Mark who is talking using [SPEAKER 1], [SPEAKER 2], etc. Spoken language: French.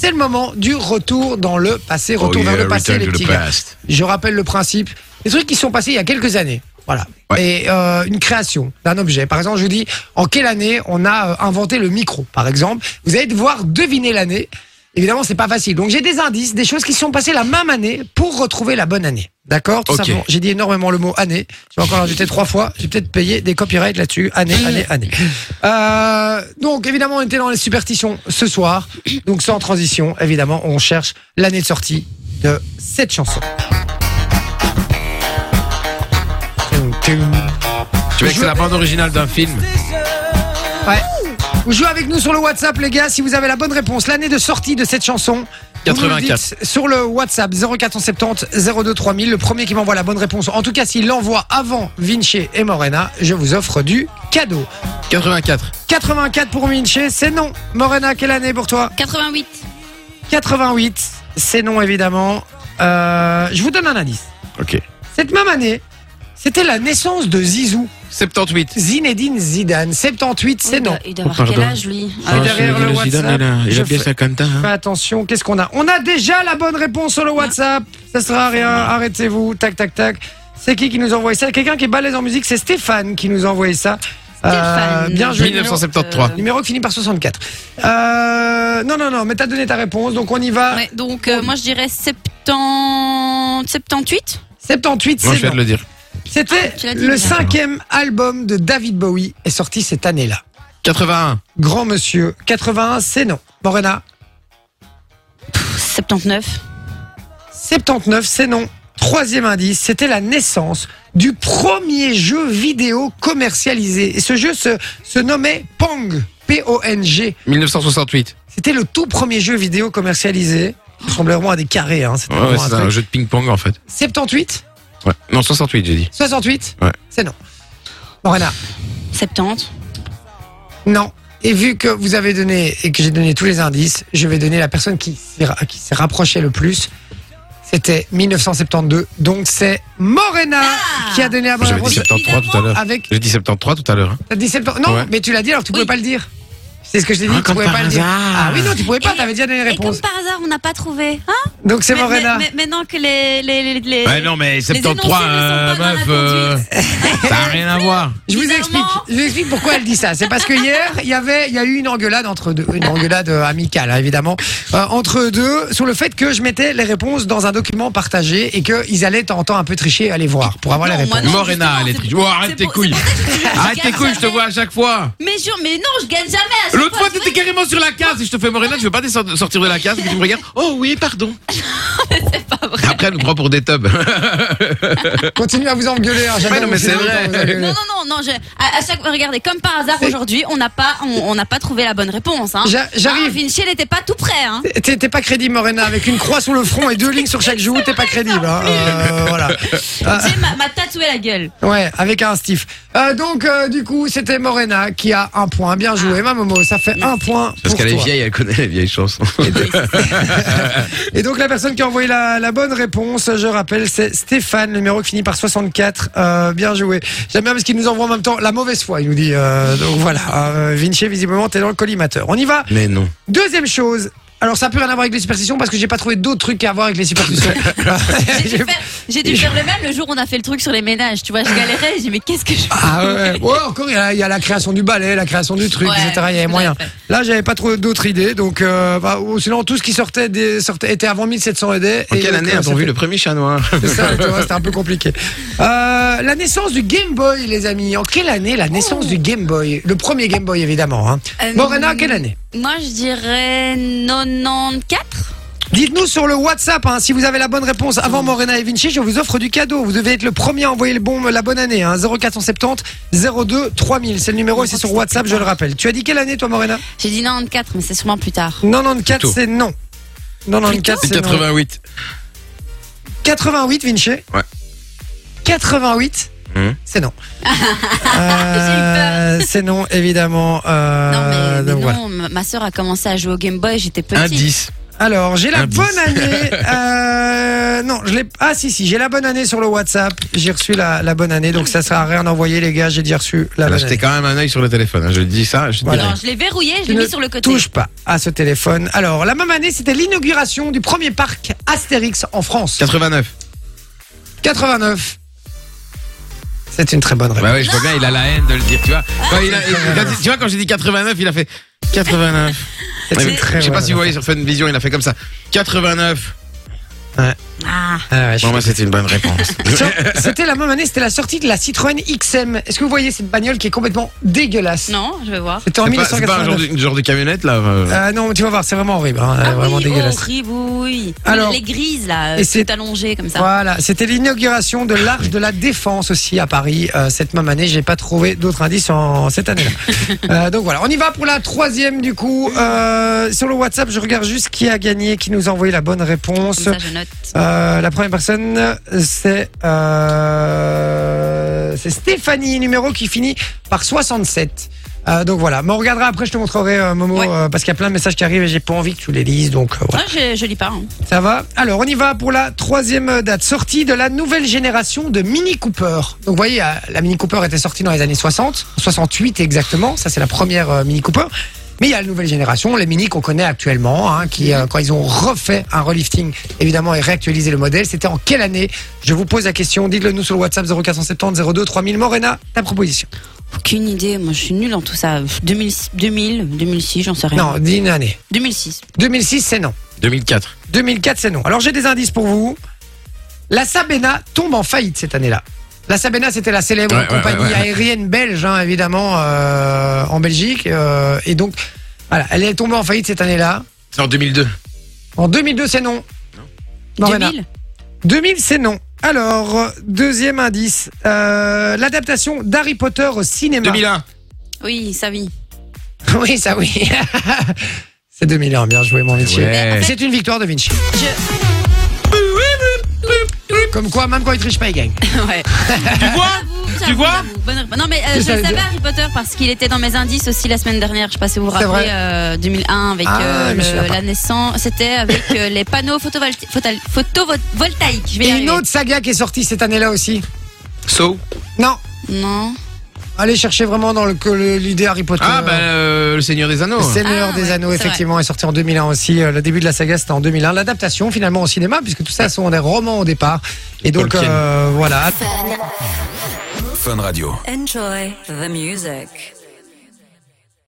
[SPEAKER 1] C'est le moment du retour dans le passé, retour
[SPEAKER 2] Oh
[SPEAKER 1] vers
[SPEAKER 2] yeah,
[SPEAKER 1] le passé,
[SPEAKER 2] return
[SPEAKER 1] les
[SPEAKER 2] to the
[SPEAKER 1] petits gars.
[SPEAKER 2] past.
[SPEAKER 1] Je rappelle le principe. Des trucs qui sont passés il y a quelques années. Voilà.
[SPEAKER 2] Ouais.
[SPEAKER 1] Et euh, une création d'un objet. Par exemple, je vous dis en quelle année on a euh, inventé le micro, par exemple. Vous allez devoir deviner l'année. Évidemment, c'est pas facile. Donc j'ai des indices, des choses qui sont passées la même année pour retrouver la bonne année. D'accord Tout
[SPEAKER 2] Ok.
[SPEAKER 1] simplement. J'ai dit énormément le mot année. J'ai encore rajouté trois fois. J'ai peut-être payé des copyrights là-dessus. Année, année, année. Euh, donc évidemment, on était dans les superstitions ce soir. Donc sans transition, évidemment, on cherche l'année de sortie de cette chanson.
[SPEAKER 2] Tu veux que c'est la bande originale d'un film
[SPEAKER 1] Ouais. Vous jouez avec nous sur le WhatsApp, les gars, si vous avez la bonne réponse. L'année de sortie de cette chanson. vous nous le
[SPEAKER 2] 84.
[SPEAKER 1] dites Sur le WhatsApp 0470 02 3000, le premier qui m'envoie la bonne réponse. En tout cas, s'il l'envoie avant Vinci et Morena, je vous offre du cadeau.
[SPEAKER 2] 84.
[SPEAKER 1] 84 pour Vinci, c'est non. Morena, quelle année pour toi
[SPEAKER 3] 88.
[SPEAKER 1] 88, c'est non évidemment. Euh, je vous donne un indice.
[SPEAKER 2] Ok.
[SPEAKER 1] Cette même année, c'était la naissance de Zizou,
[SPEAKER 2] 78.
[SPEAKER 1] Zinedine Zidane. 78, c'est Oh,
[SPEAKER 3] Oui,
[SPEAKER 1] non.
[SPEAKER 3] bah, Il doit avoir
[SPEAKER 2] Pardon.
[SPEAKER 3] quel âge, lui Ah,
[SPEAKER 1] derrière
[SPEAKER 3] je-
[SPEAKER 1] le
[SPEAKER 2] Zidane,
[SPEAKER 1] WhatsApp,
[SPEAKER 2] il a, il a
[SPEAKER 1] je
[SPEAKER 2] bien
[SPEAKER 1] fais-
[SPEAKER 2] 50 ans.
[SPEAKER 3] Bah,
[SPEAKER 1] Fais
[SPEAKER 2] hein.
[SPEAKER 1] attention, qu'est-ce qu'on a On a déjà la bonne réponse sur le WhatsApp. Ça sera à rien, arrêtez-vous, tac, tac, tac. C'est qui qui nous a envoyé ça Quelqu'un qui est balèze en musique, c'est Stéphane qui nous a envoyé ça. Euh,
[SPEAKER 3] Stéphane.
[SPEAKER 1] bien joué. Numéro,
[SPEAKER 2] 1973.
[SPEAKER 1] numéro qui finit par 64. Euh, non, non, non, mais t'as donné ta réponse, donc on y va.
[SPEAKER 3] Ouais, donc, euh, moi, je dirais 70... 78.
[SPEAKER 1] 78,
[SPEAKER 2] Moi, je
[SPEAKER 1] c'est
[SPEAKER 2] viens
[SPEAKER 1] bon.
[SPEAKER 2] de le dire.
[SPEAKER 1] C'était
[SPEAKER 3] Ah, tu l'as dit
[SPEAKER 1] le
[SPEAKER 3] déjà.
[SPEAKER 1] cinquième album de David Bowie est sorti cette année-là.
[SPEAKER 2] 81.
[SPEAKER 1] Grand monsieur, 81, c'est non. Morena,
[SPEAKER 3] Pff, 79.
[SPEAKER 1] 79, c'est non. Troisième indice, c'était la naissance du premier jeu vidéo commercialisé. Et ce jeu se, se nommait Pong, P-O-N-G.
[SPEAKER 2] 1968.
[SPEAKER 1] C'était le tout premier jeu vidéo commercialisé. Ça ressemblait vraiment à des carrés, hein. c'était
[SPEAKER 2] Ouais, ouais,
[SPEAKER 1] vraiment un
[SPEAKER 2] c'est
[SPEAKER 1] truc.
[SPEAKER 2] un jeu de ping-pong en fait.
[SPEAKER 1] 78,
[SPEAKER 2] Ouais. Non, 68, j'ai dit.
[SPEAKER 1] 68,
[SPEAKER 2] Ouais.
[SPEAKER 1] c'est non. Morena,
[SPEAKER 3] 70.
[SPEAKER 1] non. Et vu que vous avez donné et que j'ai donné tous les indices, je vais donner la personne qui s'est ra- qui s'est rapprochée le plus. C'était 1972, donc c'est Morena qui a donné la bonne
[SPEAKER 2] J'avais dit
[SPEAKER 1] réponse
[SPEAKER 2] 73 tout à l'heure.
[SPEAKER 1] avec
[SPEAKER 2] J'ai dit 73 tout à l'heure. hein.
[SPEAKER 1] T'as dit septembre- Non,
[SPEAKER 2] Ah. Ouais.
[SPEAKER 1] mais tu l'as dit alors tu pouvais
[SPEAKER 3] Oui.
[SPEAKER 1] pas le dire. C'est ce que je t'ai dit,
[SPEAKER 2] Ah,
[SPEAKER 1] tu
[SPEAKER 2] comme
[SPEAKER 1] pouvais
[SPEAKER 2] par
[SPEAKER 1] pas le dire.
[SPEAKER 2] hasard.
[SPEAKER 1] Ah oui, non, tu pouvais pas,
[SPEAKER 3] Et-
[SPEAKER 1] t'avais déjà donné les
[SPEAKER 3] Et comme
[SPEAKER 1] réponses.
[SPEAKER 3] par hasard, on n'a pas trouvé. Hein
[SPEAKER 1] Donc c'est
[SPEAKER 3] Mais-
[SPEAKER 1] Morena.
[SPEAKER 3] mais- mais- Maintenant que les... les, les- les-
[SPEAKER 2] Ouais, Bah, non, mais
[SPEAKER 3] énoncés ne sont
[SPEAKER 2] 73,
[SPEAKER 3] pas
[SPEAKER 2] euh,
[SPEAKER 3] dans la
[SPEAKER 2] meuf,
[SPEAKER 3] conduite.
[SPEAKER 2] euh, ça n'a rien à voir.
[SPEAKER 1] Je vous
[SPEAKER 3] bizarrement-
[SPEAKER 1] explique, je vous explique pourquoi elle dit ça. C'est parce que hier, il y avait, il y a eu une engueulade entre deux, une engueulade euh, amicale, hein, évidemment, euh, entre deux, sur le fait que je mettais les réponses dans un document partagé et qu'ils allaient de temps en temps un peu tricher, aller voir pour avoir les
[SPEAKER 3] Non, moi,
[SPEAKER 1] réponses.
[SPEAKER 3] non,
[SPEAKER 2] Morena,
[SPEAKER 3] justement,
[SPEAKER 2] elle est
[SPEAKER 3] c'est-
[SPEAKER 2] triste. Oh, arrête
[SPEAKER 3] c'est
[SPEAKER 2] tes
[SPEAKER 3] pour-
[SPEAKER 2] couilles.
[SPEAKER 3] c'est pour ça que je te jure, je
[SPEAKER 2] Arrête tes
[SPEAKER 3] gagne
[SPEAKER 2] couilles, je te
[SPEAKER 3] jamais.
[SPEAKER 2] vois à chaque fois.
[SPEAKER 3] Mais jure, mais non, je gagne jamais à chaque
[SPEAKER 2] L'autre fois,
[SPEAKER 3] je-
[SPEAKER 2] t'étais carrément sur la case et je te fais Morena, je veux pas te sor- sortir de la case et que tu me regardes. Oh oui, pardon. Après, elle nous prend pour des tubs.
[SPEAKER 1] Continue à vous engueuler, hein, j'adore
[SPEAKER 2] Ouais, non, mais
[SPEAKER 1] vous-
[SPEAKER 2] c'est vrai.
[SPEAKER 1] vous engueuler.
[SPEAKER 3] Non, non, non, non, je- à, à chaque regardez, comme par hasard aujourd'hui, on n'a pas, on, on n'a pas trouvé la bonne réponse. Hein.
[SPEAKER 1] J'a- j'arrive.
[SPEAKER 3] Ah, Vinci, elle n'était pas tout près. Hein.
[SPEAKER 1] T'es t'es pas crédible, Morena, avec une croix sur le front et deux lignes sur chaque joue, t'es pas crédible. hein, euh, voilà. Ah.
[SPEAKER 3] J'ai ma, ma tatoué la gueule.
[SPEAKER 1] Ouais, avec un stiff. Euh, donc, euh, du coup, c'était Morena qui a un point. Bien joué, ma Momo. Ça fait un point pour toi.
[SPEAKER 2] Parce qu'elle est vieille, elle connaît les vieilles chansons.
[SPEAKER 1] Et donc, la personne qui a envoyé la, la bonne réponse, je rappelle, c'est Stéphane, le numéro qui finit par 64. Euh, bien joué. J'aime bien parce qu'il nous envoie en même temps la mauvaise foi. Il nous dit, euh, donc voilà, euh, Vinci, visiblement, t'es dans le collimateur. On y va.
[SPEAKER 2] Mais non.
[SPEAKER 1] Deuxième chose. Alors, ça n'a plus rien à voir avec les superstitions parce que j'ai pas trouvé d'autres trucs à voir avec les superstitions.
[SPEAKER 3] J'ai dû, faire, j'ai dû faire le même le jour où on a fait le truc sur les ménages. Tu vois, je galérais. J'ai dit, mais qu'est-ce que je fais
[SPEAKER 1] Ah ouais, ouais. Ouais, encore il y, a, il y a la création du ballet, la création du truc,
[SPEAKER 3] Ouais,
[SPEAKER 1] etc. Il y avait
[SPEAKER 3] tout à
[SPEAKER 1] moyen.
[SPEAKER 3] fait.
[SPEAKER 1] Là, j'avais pas trop d'autres idées, donc euh, bah, ou sinon tout ce qui sortait, des, sortait était avant 1700 aidés. euh,
[SPEAKER 2] En quelle année a-t-on vu le premier chat noir
[SPEAKER 1] C'est ça, tu vois, c'était un peu compliqué. Euh, la naissance du Game Boy, les amis. En quelle année la naissance du Game Boy Le premier Game Boy, évidemment. Hein.
[SPEAKER 3] Oh. Euh,
[SPEAKER 1] Morena, quelle année
[SPEAKER 3] Moi, je dirais 94.
[SPEAKER 1] Dites-nous sur le WhatsApp hein, si vous avez la bonne réponse avant Morena et Vinci, je vous offre du cadeau. Vous devez être le premier à envoyer le bon la bonne année hein, 0470 02 3000. C'est le numéro et c'est sur WhatsApp, je le rappelle. Tu as dit quelle année toi Morena
[SPEAKER 3] J'ai dit 94, mais c'est sûrement plus tard.
[SPEAKER 1] 94
[SPEAKER 2] Plutôt.
[SPEAKER 1] c'est non. 94 c'est non.
[SPEAKER 2] 88.
[SPEAKER 1] 88 Vinci
[SPEAKER 2] Ouais.
[SPEAKER 1] 88
[SPEAKER 2] Mhm.
[SPEAKER 1] c'est non. Euh, c'est non évidemment. euh,
[SPEAKER 3] non, mais, mais
[SPEAKER 1] donc voilà.
[SPEAKER 3] non, ma- ma soeur a commencé à jouer au Game Boy. J'étais petite.
[SPEAKER 2] Indice.
[SPEAKER 1] Alors, j'ai la
[SPEAKER 2] Indice.
[SPEAKER 1] bonne année. euh, non, je l'ai. Ah, si, si, j'ai la bonne année sur le WhatsApp. J'ai reçu la, la bonne année, donc ça sert à rien d'envoyer, les gars. J'ai dit reçu la
[SPEAKER 2] Là,
[SPEAKER 1] bonne
[SPEAKER 2] j'étais
[SPEAKER 1] année.
[SPEAKER 2] quand même un œil sur le téléphone. hein. Je dis ça, je dis
[SPEAKER 1] Voilà.
[SPEAKER 2] rien.
[SPEAKER 3] Alors, je l'ai verrouillé, je
[SPEAKER 1] Tu
[SPEAKER 3] l'ai
[SPEAKER 1] ne
[SPEAKER 3] mis sur le côté.
[SPEAKER 1] Touche pas à ce téléphone. Alors, la même année, c'était l'inauguration du premier parc Astérix en France.
[SPEAKER 2] 89.
[SPEAKER 1] 89. C'est une très bonne réponse.
[SPEAKER 2] Bah oui, je vois bien, il a la haine de le dire, tu vois. Quand il a- quand il- tu vois, quand j'ai dit 89, il a fait 89.
[SPEAKER 1] C'est
[SPEAKER 2] Ouais,
[SPEAKER 1] une
[SPEAKER 2] mais
[SPEAKER 1] très
[SPEAKER 2] je sais pas
[SPEAKER 1] bonne
[SPEAKER 2] si vous voyez sur Funvision, il a fait comme ça. 89.
[SPEAKER 3] Ah,
[SPEAKER 1] réponse. Ah ouais, je
[SPEAKER 2] Bon, bah, c'était une bonne réponse.
[SPEAKER 1] Tiens, C'était la même année, c'était la sortie de la Citroën XM. Est-ce que vous voyez cette bagnole qui est complètement dégueulasse
[SPEAKER 3] non, je vais voir.
[SPEAKER 1] C'était en
[SPEAKER 2] C'est pas, c'est pas un genre
[SPEAKER 1] 1989.
[SPEAKER 2] de, genre de camionnette, là. euh.
[SPEAKER 1] Euh, non, tu vas voir, c'est vraiment horrible, hein,
[SPEAKER 3] Ah
[SPEAKER 1] vraiment
[SPEAKER 3] oui,
[SPEAKER 1] dégueulasse.
[SPEAKER 3] oh, ribouille.
[SPEAKER 1] Alors-
[SPEAKER 3] les grises là,
[SPEAKER 1] Et
[SPEAKER 3] euh,
[SPEAKER 1] c'est-
[SPEAKER 3] tout allongé comme ça.
[SPEAKER 1] Voilà, c'était l'inauguration de l'Arche de la Défense aussi à Paris euh, cette même année. J'ai pas trouvé d'autres indices en cette année-là. Euh, donc voilà, on y va pour la troisième du coup. Euh, sur le WhatsApp, je regarde juste qui a gagné, qui nous a envoyé la bonne réponse.
[SPEAKER 3] Comme ça, je note.
[SPEAKER 1] Euh, la première personne, c'est euh, c'est Stéphanie, numéro qui finit par 67. Euh, donc voilà, mais on regardera après, je te montrerai euh, Momo,
[SPEAKER 3] Ouais.
[SPEAKER 1] euh, parce qu'il y a plein de messages qui arrivent et j'ai pas envie que tu les lises, donc euh, voilà.
[SPEAKER 3] Moi, je, je lis pas. hein.
[SPEAKER 1] Ça va Alors, on y va pour la troisième date. Sortie de la nouvelle génération de Mini Cooper. Donc, vous voyez, euh, la Mini Cooper était sortie dans les années 60, 68 exactement. Ça, c'est la première euh, Mini Cooper. Mais il y a la nouvelle génération, les Mini qu'on connaît actuellement, hein, qui, euh, quand ils ont refait un relifting, évidemment, et réactualisé le modèle, c'était en quelle année Je vous pose la question. Dites-le nous sur le WhatsApp 0470 02 3000. Morena, ta proposition.
[SPEAKER 3] Aucune idée, moi je suis nulle en tout ça. 2000, 2000 2006, j'en sais rien.
[SPEAKER 1] Non, dis une année.
[SPEAKER 3] 2006.
[SPEAKER 1] 2006, c'est non.
[SPEAKER 2] 2004.
[SPEAKER 1] 2004, c'est non. Alors j'ai des indices pour vous. La Sabena tombe en faillite cette année-là. La Sabena, c'était la célèbre
[SPEAKER 2] Ouais, ouais,
[SPEAKER 1] compagnie
[SPEAKER 2] ouais, ouais.
[SPEAKER 1] aérienne belge, hein, évidemment, euh, en Belgique. euh, et donc, voilà, elle est tombée en faillite cette année-là.
[SPEAKER 2] C'est en 2002.
[SPEAKER 1] En 2002, c'est non. Morena.
[SPEAKER 3] 2000
[SPEAKER 1] 2000, c'est non. Alors, euh, deuxième indice, euh, l'adaptation d'Harry Potter au cinéma.
[SPEAKER 2] 2001.
[SPEAKER 3] Oui, ça oui.
[SPEAKER 1] Oui, ça oui. c'est 2001, bien joué mon Vinci.
[SPEAKER 2] Ouais.
[SPEAKER 1] C'est une victoire de Vinci.
[SPEAKER 3] Je...
[SPEAKER 1] Comme quoi, même quand il triche pas, il gagne.
[SPEAKER 3] ouais.
[SPEAKER 2] Tu vois
[SPEAKER 3] J'avoue,
[SPEAKER 2] Tu
[SPEAKER 3] j'avoue,
[SPEAKER 2] vois
[SPEAKER 3] j'avoue. Bonne réponse. Non mais
[SPEAKER 1] C'est
[SPEAKER 3] euh, je
[SPEAKER 1] ça,
[SPEAKER 3] savais
[SPEAKER 1] je-
[SPEAKER 3] Harry Potter parce qu'il était dans mes indices aussi la semaine dernière. Je sais pas si vous vous
[SPEAKER 1] C'est
[SPEAKER 3] rappelez
[SPEAKER 1] vrai.
[SPEAKER 3] euh, 2001 avec
[SPEAKER 1] Ah,
[SPEAKER 3] euh,
[SPEAKER 1] je me souviens
[SPEAKER 3] le-
[SPEAKER 1] pas.
[SPEAKER 3] la naissance. C'était avec euh, les panneaux photovolta- photal- photovoltaïques. Je vais y
[SPEAKER 1] Et une
[SPEAKER 3] arriver.
[SPEAKER 1] autre saga qui est sortie cette année-là aussi.
[SPEAKER 2] So.
[SPEAKER 1] Non,
[SPEAKER 3] Non.
[SPEAKER 1] allez chercher vraiment dans le que le- l'idée Harry Potter.
[SPEAKER 2] Ah, bah, euh, le Seigneur des Anneaux.
[SPEAKER 1] Le Seigneur
[SPEAKER 3] Ah,
[SPEAKER 1] des
[SPEAKER 3] ouais,
[SPEAKER 1] Anneaux,
[SPEAKER 3] c'est vrai.
[SPEAKER 1] effectivement, est sorti en 2001 aussi. Euh, Le début de la saga, c'était en 2001. L'adaptation, finalement, au cinéma, puisque tout ça sont des romans au départ. Et donc,
[SPEAKER 2] Tolkien.
[SPEAKER 1] euh, voilà.
[SPEAKER 4] Enjoy the music.